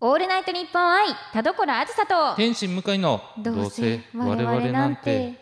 オールナイトニッポン愛田所あずさと天心向かいのどうせ我々なんて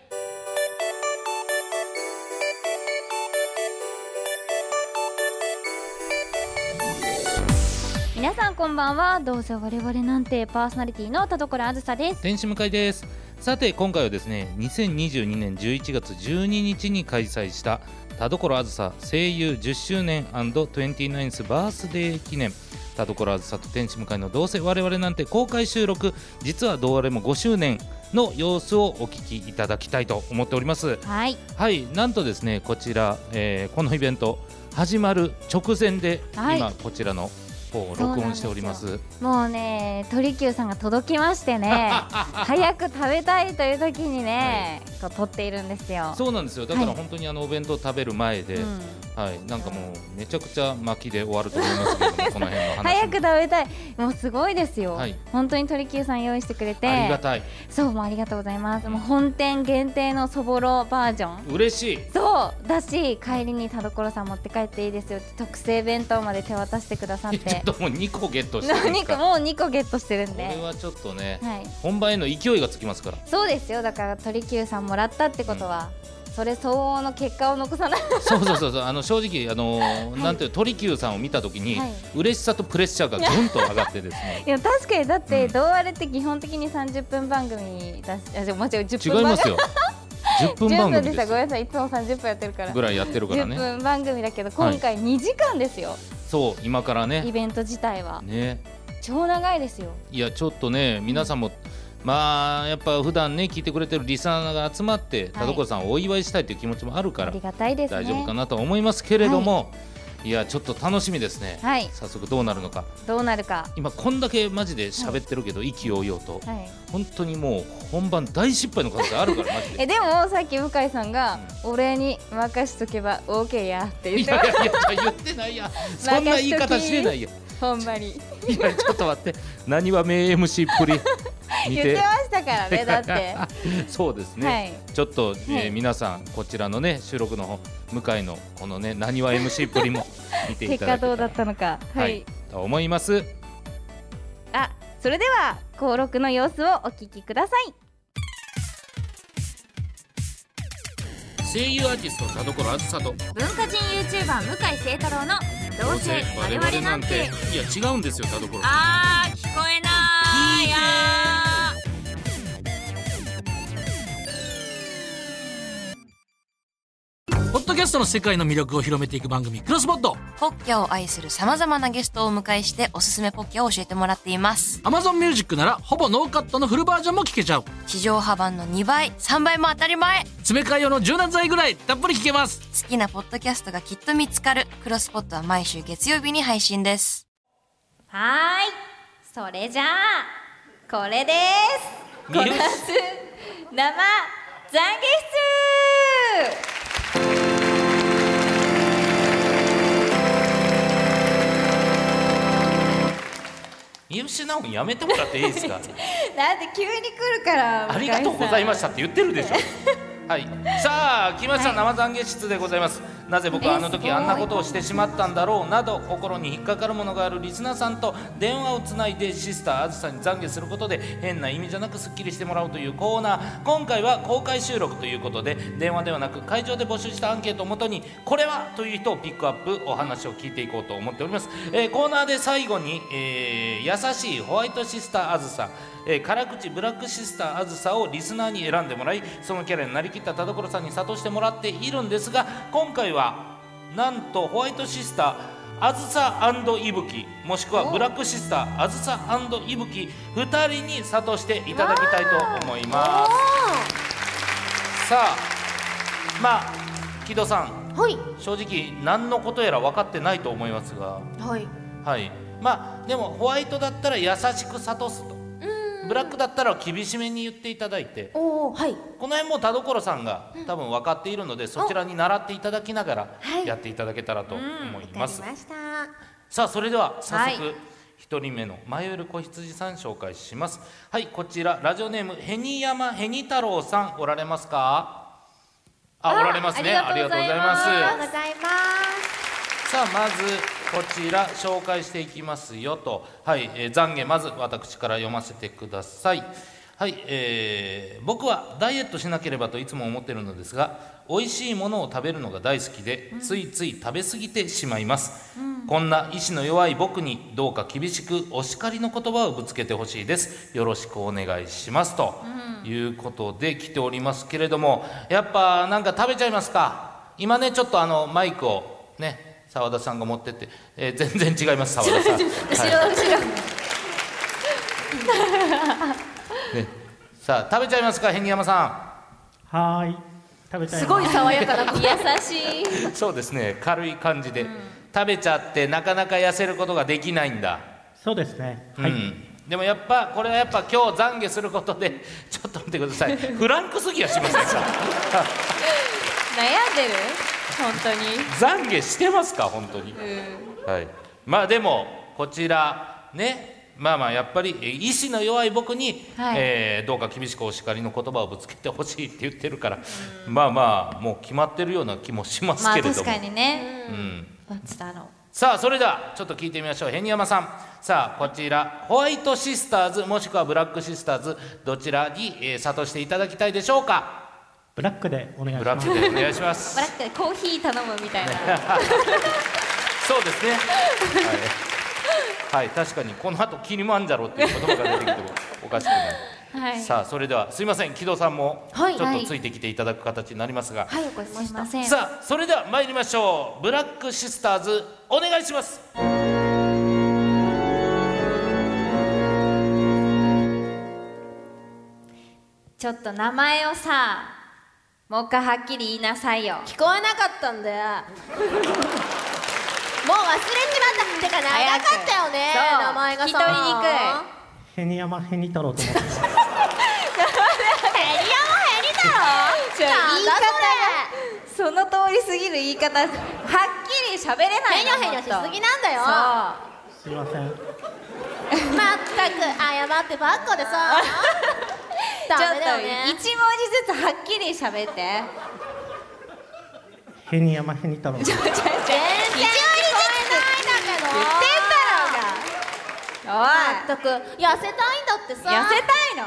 皆さんこんばんはどうせ我々なんてパーソナリティの田所あずさです天使向かいですさて今回はですね2022年11月12日に開催した田所あずさ声優10周年 &29th バースデー記念田所あずさと天使向かいのどうせ我々なんて公開収録実はどうあれも5周年の様子をお聞きいただきたいと思っておりますはいはいなんとですねこちら、えーこのイベント始まる直前で、はい今こちらの方を録音しておりますもうね鳥久さんが届きまして ね早く食べたいという時にね、こう撮っているんですよそうなんですよだからはい本当にあのお弁当食べる前で、うんはい、なんかもうめちゃくちゃ巻きで終わると思いますけどもこの辺の話も早く食べたいもうすごいですよ、はい本当に鳥久さん用意してくれてありがたいそうもうありがとうございますもう本店限定のそぼろバージョン嬉しいそうだし帰りに田所さん持って帰っていいですよって特製弁当まで手渡してくださっえちょってともう2個ゲットしてるんで何すかかもう2個ゲットしてるんこでれはちょっとね、はい本番への勢いがつきますからそうですよだから鳥久さんもらったってことは、それ相応の結果を残さないそうそうそうそうあの正直あのーなんていう鳥久さんを見た時に、はい嬉しさとプレッシャーがぐんと上がってです ねいや確かにだって、うんどうあれって基本的に30分番組だしあじゃあ間違え10違分い番ます組よ10分番10分組ででしたすごめんなさいいつも30分やってるからぐらいやってるから10ね分番組だけど今回2時間ですよ、そう今からイねベント自体はね超長いですよいやちょっとね皆さんもまあやっぱ普段ね聞いてくれてるリスナーが集まって田所さんをお祝いしたいという気持ちもあるかあら、りがたいですね大丈夫かなとは思いますけれども、い、やちょっと楽しみですね、はい早速どうなるのかどうなるか今こんだけマジで喋ってるけど意気揚々と、はい本当にもう本番大失敗の可能性あるからマジえで。でもさっき向井さんが俺に任しとけば OK やって言いってまやしいやいや言ってない やそんな言い方してないよたほんまにいやちょっと待って何は名 MC っぷり 見言ってましたからねだってそうです ね、はいちょっと、えーはい皆さんこちらのね収録の方向井のこのねなにわ MC っぷり も見てい結ただ果けたどらうだったのかは、はいいと思いますあそれでは登録の様子をお聞きください声優アーティスト田所あずさと文化人 YouTuber 向井聖太郎のどいや違うんですよ田所あー聞こえないやポッドキャストの世界の魅力を広めていく番組、クロスポッドポッキャを愛する様々なゲストをお迎えしておすすめポッキャを教えてもらっています。 !Amazon Music なら、ほぼノーカットのフルバージョンも聞けちゃう地上波版の2倍、3倍も当たり前詰め替え用の柔軟剤ぐらい、たっぷり聞けます好きなポッドキャストがきっと見つかる。クロスポットは毎週月曜日に配信です。はーいそれじゃあこれですよこしなす生懺悔室三好直やめてもらっていいですかだって急に来るからありがとうございましたたって言ってるでしょはいさあ来ました、生懺悔室でございますなぜ僕はあの時えすごいあんなことをしてしまったんだろうなど心に引っかかるものがあるリスナーさんと電話をつないでシスターあずさに懺悔することで変な意味じゃなくすっきりしてもらおうというコーナー今回は公開収録ということで電話ではなく会場で募集したアンケートをもとにこれはという人をピックアップお話を聞いていこうと思っております、えーコーナーで最後に、えー優しいホワイトシスターあずさ、えー辛口ブラックシスターあずさをリスナーに選んでもらいそのキャラになりきった田所さんに諭してもらっているんですが今回はなんとホワイトシスターあずさいぶきもしくはブラックシスターあずさいぶき2人に諭していただきたいと思いますさあまあ木戸さんはい正直何のことやら分かってないと思いますがはいはいまあでもホワイトだったら優しく諭すとブラックだったら厳しめに言っていただいておおはいこの辺も田所さんが多分分かっているので、そちらに習っていただきながらはいやっていただけたらと思います、したさあそれでは早は速一人目の迷える子羊さん紹介しますはいこちらラジオネームへにやまへに太郎さんおられますかあおられますねありがとうございますありがとうございますさあまずこちら紹介していきますよと、はいえー、懺悔まず私から読ませてください。はい、えー僕はダイエットしなければといつも思ってるのですが美味しいものを食べるのが大好きで、ついつい食べ過ぎてしまいます、こんな意志の弱い僕にどうか厳しくお叱りの言葉をぶつけてほしいですよろしくお願いしますということで来ておりますけれどもやっぱなんか食べちゃいますか今ねちょっとあのマイクをね澤田さんが持ってって、えー 全然違います澤田さん後ろ後ろねさあ食べちゃいますか変山さんはーい食べちゃいますすごい爽やか な優しいそうですね軽い感じで、食べちゃってなかなか痩せることができないんだ、そうですねはい、うんでもやっぱこれはやっぱ今日懺悔することでちょっと待ってくだ さいフランクすぎはしませんか悩んでる本当懺悔してますか本当に、はい、まあでもこちらねまあまあやっぱりえー意志の弱い僕に、はいえーどうか厳しくお叱りの言葉をぶつけてほしいって言ってるから、まあまあもう決まってるような気もしますまけあれども、確かにねうん、どっちだろうさあそれではちょっと聞いてみましょうヘニヤマさんさあこちらホワイトシスターズもしくはブラックシスターズどちらに、えー、諭していただきたいでしょうかブラックでお願いブしラまッすクでお願いしま すブラックでコーヒー頼むみたいなそうですねはい、はい、確かにこの後キリマンジャロっていう言葉が出てきてもおかしくない、 はいさあそれではすいません木戸さんもちょはっいとついてきていただく形になりますが、はいすいませんさあそれでは参りましょうブラックシスターズお願いしますちょっと名前をさもう一回はっきり言いなさいよ聞こえなかったんだよ もう忘れちまったってか長かったよね早くそう名前が聞さき取りにくいヘニヤマヘニ太郎と思ってますヘリヤもヘリだろなんだその通りすぎる言い方はっきり喋れそれないヘニョヘニョしすぎなんだよそすいませんまったく謝ってばっか でさうちょダっメとだよね一文字ずつはっきり喋ってヘニヤマヘニ太郎ちょちょちょ全然聞こえないんだけど言ってんだろうがまったく痩せたいんだっておさい痩せたいの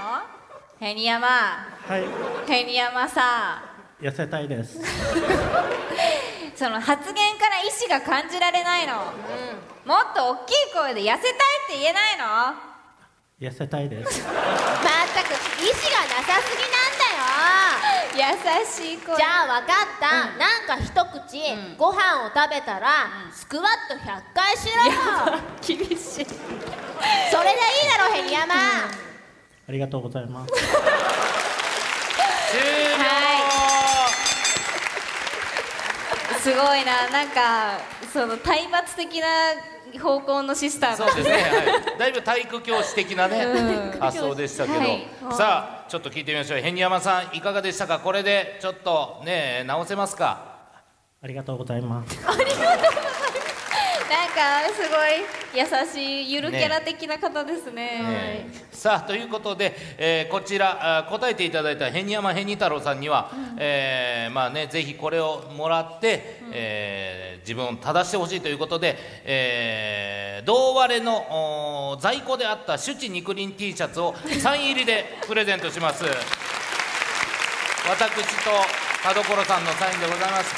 ヘニヤマはいヘニヤマさ痩せたいですその発言から意思が感じられないの、もっと大きい声で痩せたいって言えないの痩せたいですまったく意志がなさすぎなんだよ 優しい声じゃあ分かった、なんか一口、ご飯を食べたら、スクワット100回しろよ厳しいそれでいいだろヘリヤマ、ありがとうございます終了、すごいななんかその体罰的な方向のシスターそうですね、はい、だいぶ体育教師的なね、うん発想でしたけど、はいさあちょっと聞いてみましょうヘニヤマさんいかがでしたかこれでちょっとね直せますかありがとうございます なんかすごい優しいゆるキャラ的な方ですねねさあということで、えーこちらあー答えていただいたヘニヤマヘニ太郎さんには、えーまあねぜひこれをもらって、えー自分を正してほしいということで、えー同割れのおー在庫であった朱地肉輪 T シャツをサイン入りでプレゼントし ます。私と田所さんのサインでございます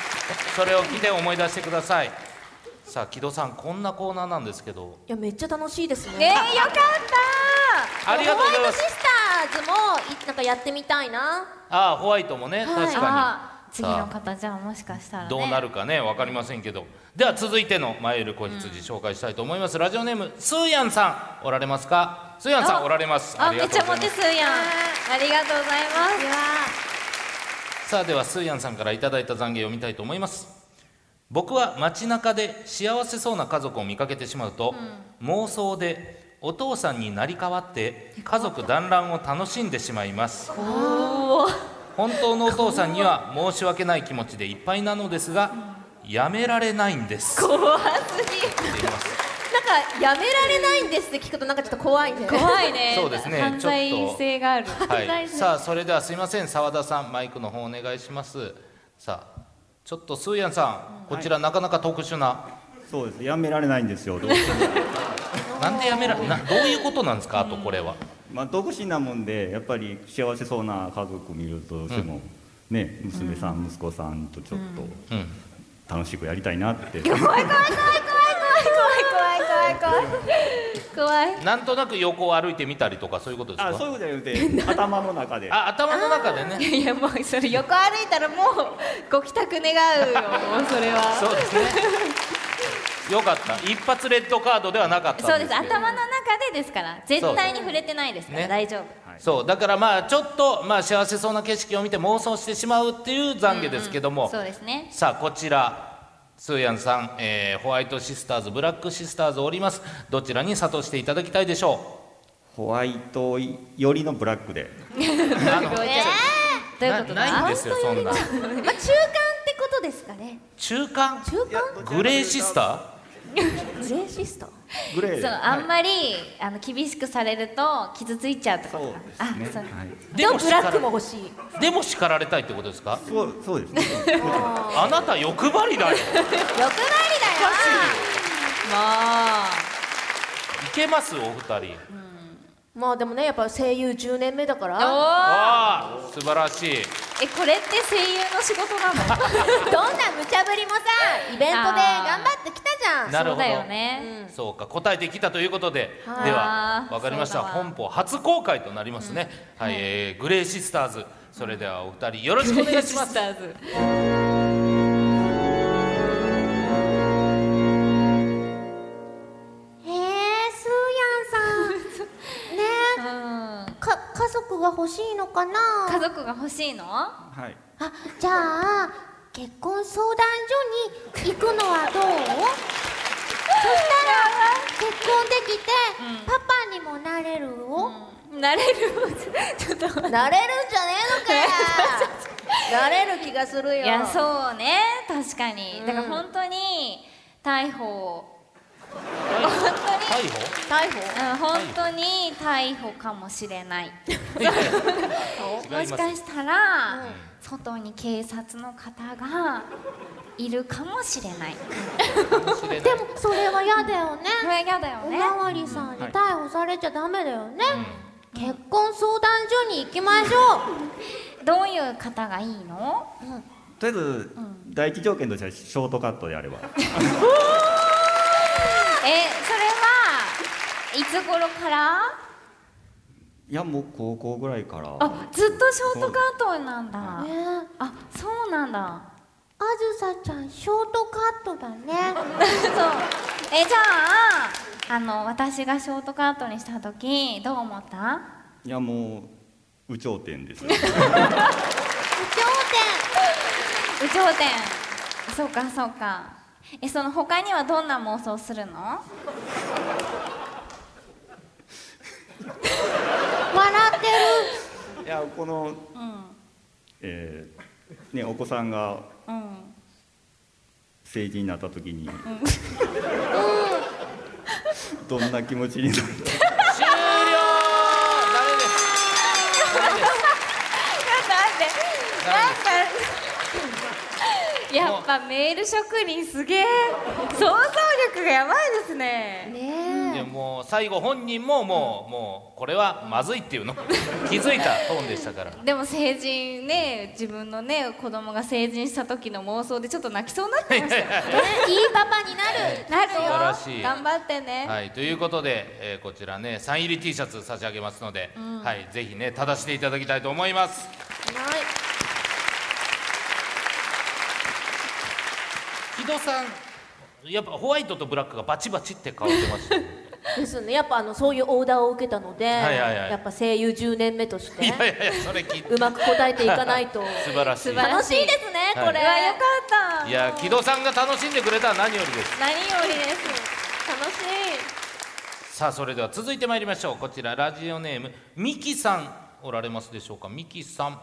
それを着て思い出してくださいさあ木戸さんこんなコーナーなんですけどいやめっちゃ楽しいですえー、ねよかったありがとうございホワまイトシすスターズもいなんかやってみたいなああホワイトもね、確かあ次の方じゃあもしかしたら、ね、にどうなるかね分かりませんけどでは続いてのマイル子羊紹介したいと思います、ラジオネームスーヤンさんおられますかスーヤンさんあおられますあありめっがとちゃうござモいテますすやんありがとうございますさあではスーヤンさんからいただいた懺悔を読みたいと思います僕は街中で幸せそうな家族を見かけてしまうと、妄想でお父さんになり代わって家族団らんを楽しんでしまいます本当のお父さんには申し訳ない気持ちでいっぱいなのですが、やめられないんですって怖すぎ言いますなんかやめられないんですって聞くとなんかちょっと怖いね怖いねそうですね犯罪性があるはい、さあそれではすいません澤田さんマイクの方お願いしますさあちょっとスーヤンさんこちらなかなか特殊なそうですやめられないんですよどうしてもなんでやめられなどういうことなんですかあとこれはまあ独身なもんでやっぱり幸せそうな家族見るとどうしても、ね娘さん息子さんとちょっとうん楽しくやりたいなって、怖い怖い怖い怖い怖い怖い怖い怖い怖い怖いなんとなく横を歩いてみたりとかそういうことですあそうかいうことじゃなくて頭の中であ頭の中でねいやもうそれ横歩いたらもうご帰宅願うよもうそれはそうですねよかった一発レッドカードではなかったんそうですけど頭の中でですから絶対に触れてないですからね大丈夫そうだからまあちょっとまあ幸せそうな景色を見て妄想してしまうっていう懺悔ですけども、そうですねさあこちらスーヤンさん、えーホワイトシスターズブラックシスターズおりますどちらに諭していただきたいでしょホワイト寄りのブラックでうあのえどういうことなないんだですよそんなえまあ中間ってことですかね中間中間グレーシスターグレーシストグレーそのあんまりあの厳しくされると傷ついちゃうってことそうかですあねそうはいでもとブラ叱ッらクも欲しいでも叱られたいってことですかそうそうですねあなた欲張りだよ欲張りだよもいけますお二人まあでもねやっぱ声優10年目だからどんなうおーああ素晴らしいえこれって声優の仕事なの無茶ぶりもさイベントで頑張ってきたじゃんなそるほうどだよね、そうか答えてきたということでではいはあーわかりましそたうだわ本邦初公開となりますね、はい、えーグレーシスターズそれではお二人よろしくお願いしますーズへえス ーヤンさんねうん家えか家族が欲しいのかな族が欲しいのはいあじゃあ結婚相談所に行くのは どうそしたら結婚できて、パパにもなれるよ、なれるちょっと待ってなれるんじゃね えのかよなれる気がするよいやそうね確かに、だから本当に逮捕逮捕逮捕うん本当に逮捕かもしれないも違いしまかすしたら、外に警察の方がいるかもしれないかもしれなでいもそれは嫌だよねこれは嫌だよおねまわりさんに逮捕されちゃダメだよね、結婚相談所に行きましょどういう方がいいのとりあえず、第一条件としてはショートカットであればえそれはいつ頃からいやもう高校ぐらいからあずっとショートカットなんだう、ねえあそうなんだあずさちゃんショートカッ トだね そうえじゃああの私がショートカットにした時どう思ったいやもう有頂天ですよ頂有頂天そうかそうかえその他にはどんな妄想するの点笑ってるいやこの、えーねお子さんが うん成人になった時に、どんな気持ちになる終了ダメですちょっと待ってなんかやっぱメール職人すげえ想像力がやばいですねいやもう最後本人ももうもうこれはまずいっていう の気づいたトーンでしたからでも成人ね自分のね子供が成人した時の妄想でちょっと泣きそうになってましたよいいパパになるなるよ素晴らしい頑張ってね、はい、ということで、えーこちらねサイン入り T シャツ差し上げますので、はい、ぜひね正していただきたいと思います木戸さんやっぱホワイトとブラックがバチバチって変わってました ねですねやっぱあのそういうオーダーを受けたので、はいはいはいやっぱ声優10年目としていやいやいやそれ聞いてうまく答えていかない と素晴らしい素晴ら楽しいですねはいこれうわよかったいや木戸さんが楽しんでくれたら何よりです何よりです楽しさあそれでは続いてまいりましょうこちらラジオネームミキさんおられますでしょうかミキさんい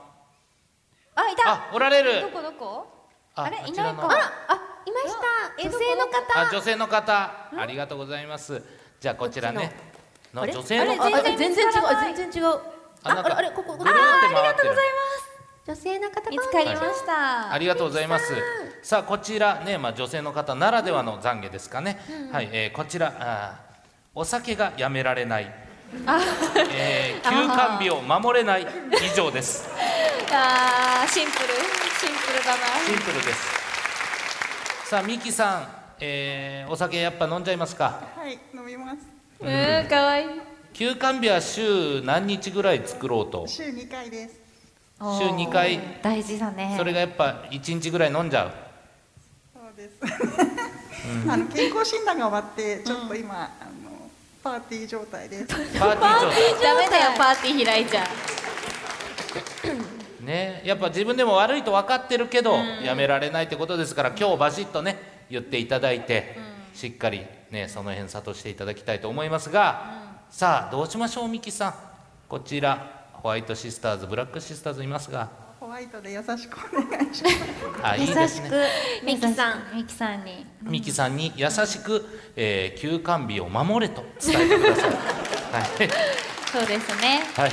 あいたあおられどるこどこああれあいちらないかのあいましたえ女性のあ方女性の方ありがとうございますじゃあこちらねの女性のあれあ全然全然違う見つからない全然違うあなあんかあれこここぐるーって回ってるありがとうござい女性の方ます見つかりました、ありがとうございます。さあこちらね、まあ、女性の方ならではの懺悔ですかね、はい、えーこちらあーお酒がやめられない、えー 休館日を守れない以上ですあーシンプルシンプルだシンプルですさあミキさん、えーお酒やっぱ飲んじゃいますかはい、飲みます。なうんかわいい休館日は週何日ぐらい作ろうと週2回です。週2回大事だねそれがやっぱ1日ぐらい飲んじゃうそうです。あの健康診断が終わって、ちょっと今、あのパーティー状態です。パーティー状態ダメだよパーティー開いちゃねやっぱ自分でも悪いと分かってるけど、やめられないってことですから今日バシッとね言っていただいて、しっかりねその辺諭していただきたいと思いますが、さあどうしましょうミキさんこちらホワイトシスターズブラックシスターズいますがホワイトで優しくお願いします。あいい優でしすくねミキさんミキさんにミキさんに優しく、えー休館日を守れと伝えてくださいはいそうですねはい。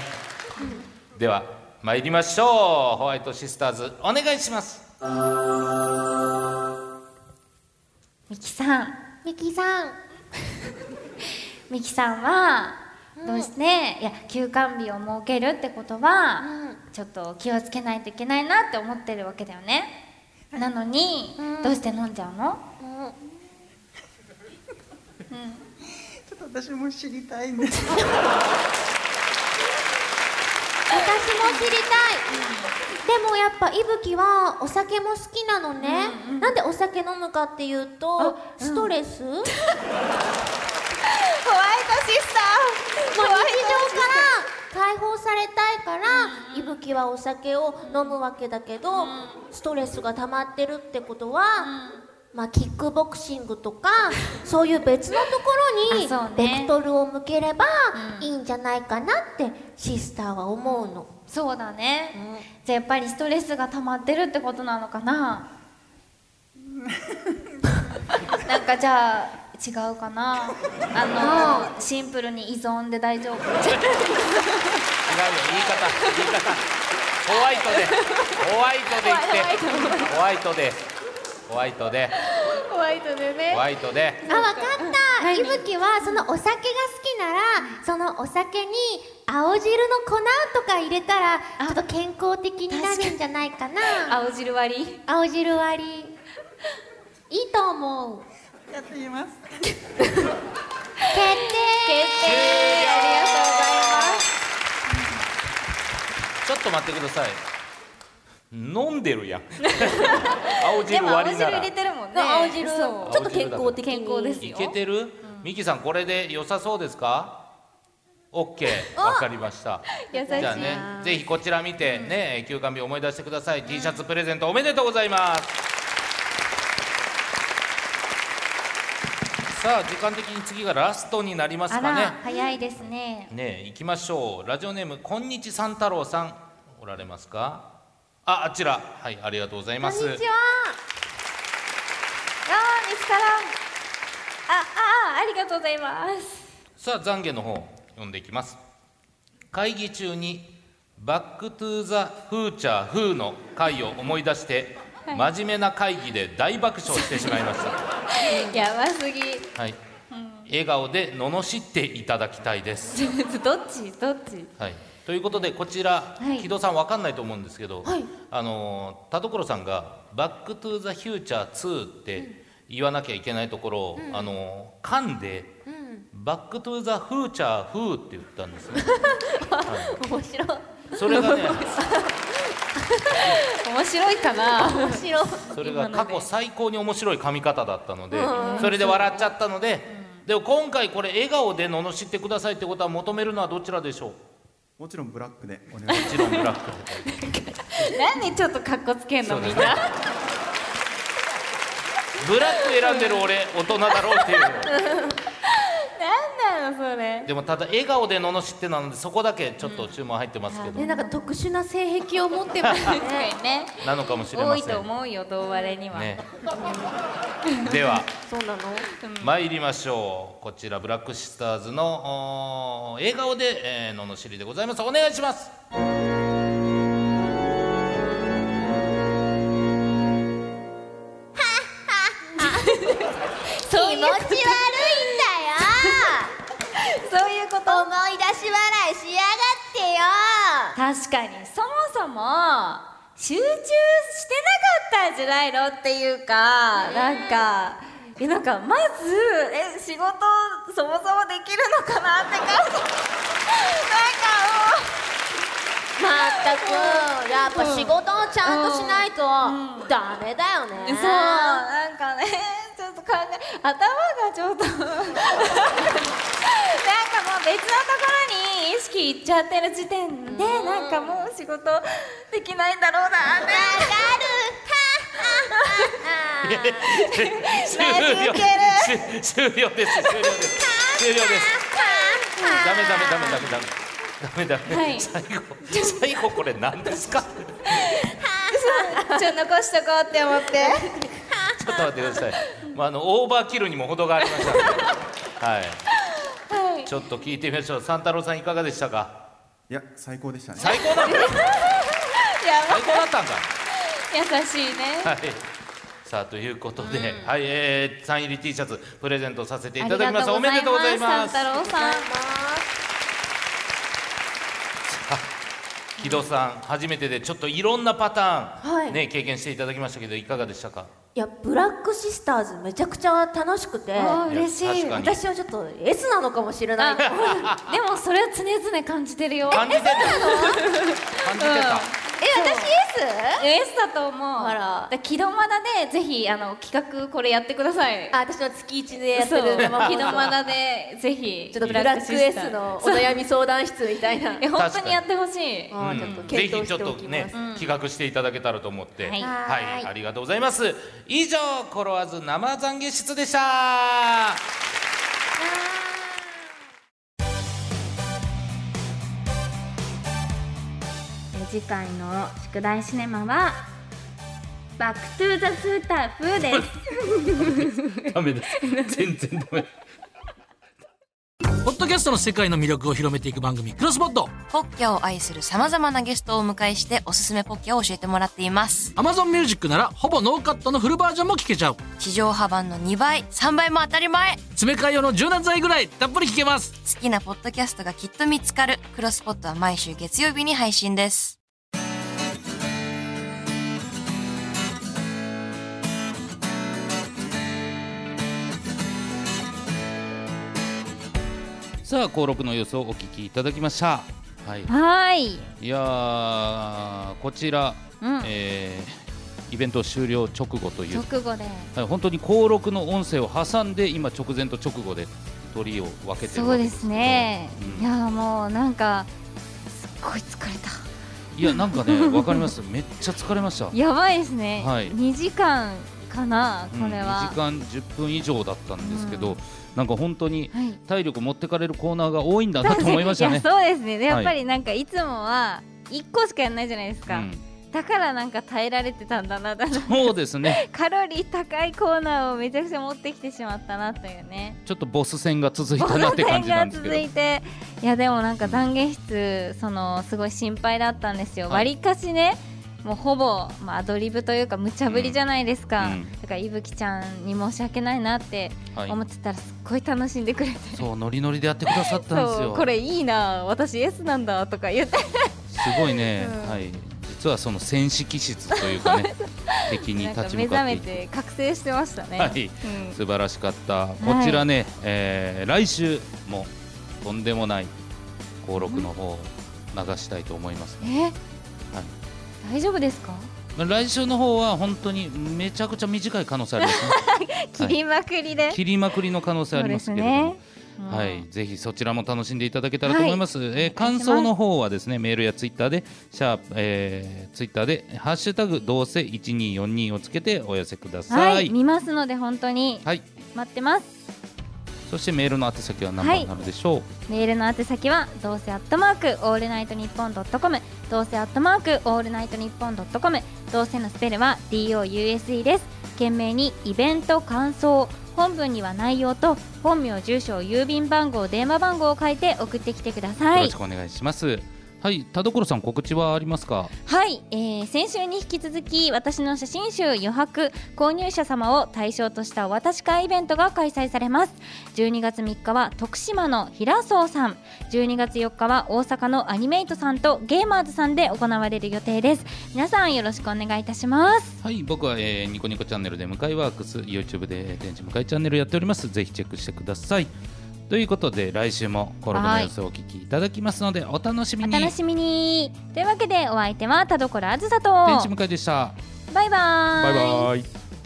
では参りましょう。ホワイトシスターズお願いします。ミキさんミキさん ミキさんはどうして、いや休館日を設けるってことは、うんちょっと気をつけないといけないなって思ってるわけだよねなのに、うんどうして飲んじゃうのうんちょっと私も知りたいんですけど。私も知りたい、でもやっぱいぶきはお酒も好きなのね、なんでお酒飲むかっていうと、ストレス、もう日ホワイトシスタ 常から解放されたいから、いぶきはお酒を飲むわけだけど、ストレスが溜まってるってことは、まあ、キックボクシングとかそういう別のところにあそうねベクトルを向ければいいんじゃないかなってシスターは思うの。そうだね、うんじゃあやっぱりストレスが溜まってるってことなのか ななんかじゃあ違うかなあのシンプルに依存で大丈夫違うよ言い方言い方。ホワイトでホワイトで言ってホワイトでホワイトでーホワイトでねホワイトであ、わかった。いぶきはそのお酒が好きなら、そのお酒に青汁の粉とか入れたら、ちょっと健康的になるんじゃないかな。青汁割り青汁割り。いいと思う。やってみます。決定。終了。ちょっと待ってください。飲んで るやん。青で汁も青割り汁なら。入れいてるもんね青汁。ちそょうっと健康的に。健康ですよけてる？ミキさんこれで良さそうですか？オッケー。わかりました。優しいじゃあね、ぜひこちら見てね、休館日思い出してください。T シャツプレゼントおめでとうございます。さあ時間的に次がラストになりますあからね。早いですねねえ行きましょうラジオネームこんにち三太郎さんおられますかああちらはいありがとうございますこんにちは。あー見つからんああーありがとうございますさあ懺悔の方読んでいきます会議中に「バック・トゥ・ザ・フーチャー・フー」の回を思い出して、真面目な会議で大爆笑してしまいました、や ばすぎはい、笑顔で罵っていただきたいです、どっちどっちはい、ということでこちら、はい木戸さんわかんないと思うんですけど、あのー田所さんが「バック・トゥ・ザ・フューチャー2」って言わなきゃいけないところを、あのー噛んで「バック・トゥ・ザ・フューチャー・フー」って言ったんですね。面白い。それがね面白いかな面白い。それが過去最高に面白い噛み方だったのでそれで笑っちゃったので、でも今回これ笑顔で罵ってくださいってことは求めるのはどちらでしょうもちろんブラックでお願いしもちろんブラックで何ちょっとカッコつけんのみんなブラック選んでる俺大人だろうっていう。何なのそれでもただ笑顔で罵ってなのでそこだけちょっと注文入ってますけど、ね、なんか特殊な性癖を持ってま確す。かにねなのかもしれ多まいせとん思うよ同割れには、ね。ではそうなの。参りましょうこちらブラックシスターズのおー笑顔で、えー、罵りでございますお願いします確かにそもそも集中してなかったんじゃないのっていうかなんかえなんかまずえ仕事そもそもできるのかなって感じなんかもまうったくやっぱ仕事をちゃんとしないとダメだよね、そうなんかね ちょっと考え頭がちょっと なんかもう別のところに意識いっちゃってる時点でなんかもう仕事できないんだろうなって 終了し終了です終了です終了ですダメダメダメダメダメダメダメ、はい最後最後これ何ですか ちょっと残しとこうって思ってちょっと待ってください、まあ、あのオーバーキルにも程がありましたので、はい、ちょっと聞いてみましょう三太郎さんいかがでしたかいや最高でしたね最高だったや最高だったんだば優しいねはい。さあということで、はい、えー、サイン入り T シャツプレゼントさせていただきます。おめでとうございます。三太郎さん木戸さん初めてでちょっといろんなパターン、はいね経験していただきましたけどいかがでしたか。いやブラックシスターズめちゃくちゃ楽しくてあいや嬉しい確かに私はちょっと S なのかもしれないあ でもそれは常々感じてるよ感じてた。 感じてた。え私 S? S だと思うあらで木戸まだでぜひあの企画これやってくださいあ私の月一でやってそうる生木戸ま放送だ でぜひちょっとブラックシスタ S ーのお悩み相談室みたいなえ本当確かににやってほしいあーちょっとうんぜ検ひ討ちょしっておときまねす、企画していただけたらと思って、はいはい、ありがとうございます。以上コロワーズ生懺悔室でした。え次回の宿題シネマはバックトゥザスーターフーですダメです。全然ダメ。ポッドキャストの世界の魅力を広めていく番組、クロスポッドポッキャを愛する様々なゲストをお迎えしておすすめポッキャを教えてもらっています。 Amazon Music ならほぼノーカットのフルバージョンも聞けちゃう。地上波版の2倍、3倍も当たり前詰め替え用の柔軟剤ぐらいたっぷり聞けます。好きなポッドキャストがきっと見つかる。クロスポットは毎週月曜日に配信です。さあ登録の様子をお聞きいただきました。はい。 はーいいやーこちら、うんえーイベント終了直後という直後ではい本当に登録の音声を挟んで今直前と直後で鳥を分けてるそわうけですねけどうんいやもうなんかすっごい疲れたいやなんか ねわかりますめっちゃ疲れましたやばいですね、はい2時間かなこれは、うん、2時間10分以上だったんですけど、なんか本当にはい体力持ってかれるコーナーが多いんだなと思いましたいねや そうですねではいやっぱりなんかいつもは1個しかやんないじゃないですか、うんだからなんか耐えられてたんだなだなそうですねカロリー高いコーナーをめちゃくちゃ持ってきてしまったなという ねちょっとボス戦が続いたなって感じなんですけど防災が続いていやでもなんか懺悔室そのすごい心配だったんですよ、はいわりかしねもうほぼ、まあ、アドリブというか無茶ぶりじゃないですか、うんうんだからいぶきちゃんに申し訳ないなってはい思ってたらすっごい楽しんでくれて、そうノリノリでやってくださったんですそようこれいいな私 S なんだとか言ってすごいね、うんはい実はその戦士気質というか ね敵になんか立ち目覚向かってめいくて覚醒してましたね、はいうん素晴らしかったこちらね、えー来週もとんでもない登録の方を流したいと思いますね、え、大丈夫ですかまあ来週の方は本当にめちゃくちゃ短い可能性ありますね切りまくりで、切りまくりの可能性ありますけれどそうもで、すねはい、ぜひそちらも楽しんでいただけたらと思います。えー感想の方はですね、メールやツイッターで、シャープ、えーツイッターで、ハッシュタグどうせ1242をつけてお寄せくださ。はいい、見ますので本当にはい、待ってますそしてメールの宛先は何番になるでしょう。メールの宛先はどうせアットマークオールナイトニッポンドットコムどうせアットマークオールナイトニッポンドットコムどうせのスペルは DOUSE です懸命にイベント感想本文には内容と本名住所郵便番号電話番号を書いて送ってきてくださよろいしくお願いします。はい田所さん告知はありますかはい、えー先週に引き続き私の写真集余白購入者様を対象としたお渡し会イベントが開催されます12月3日は徳島の平荘さん12月4日は大阪のアニメイトさんとゲーマーズさんで行われる予定です皆さんよろしくお願いいたしますはい僕は、えーニコニコチャンネルで向井ワークス YouTube で天使向井チャンネルやっておりますぜひチェックしてくださいということで来週もコラボの様子をお聞きいただきますのでお楽しみおに楽しみにというわけでお相手は田所あずさと天使向井でしたバイバーイイ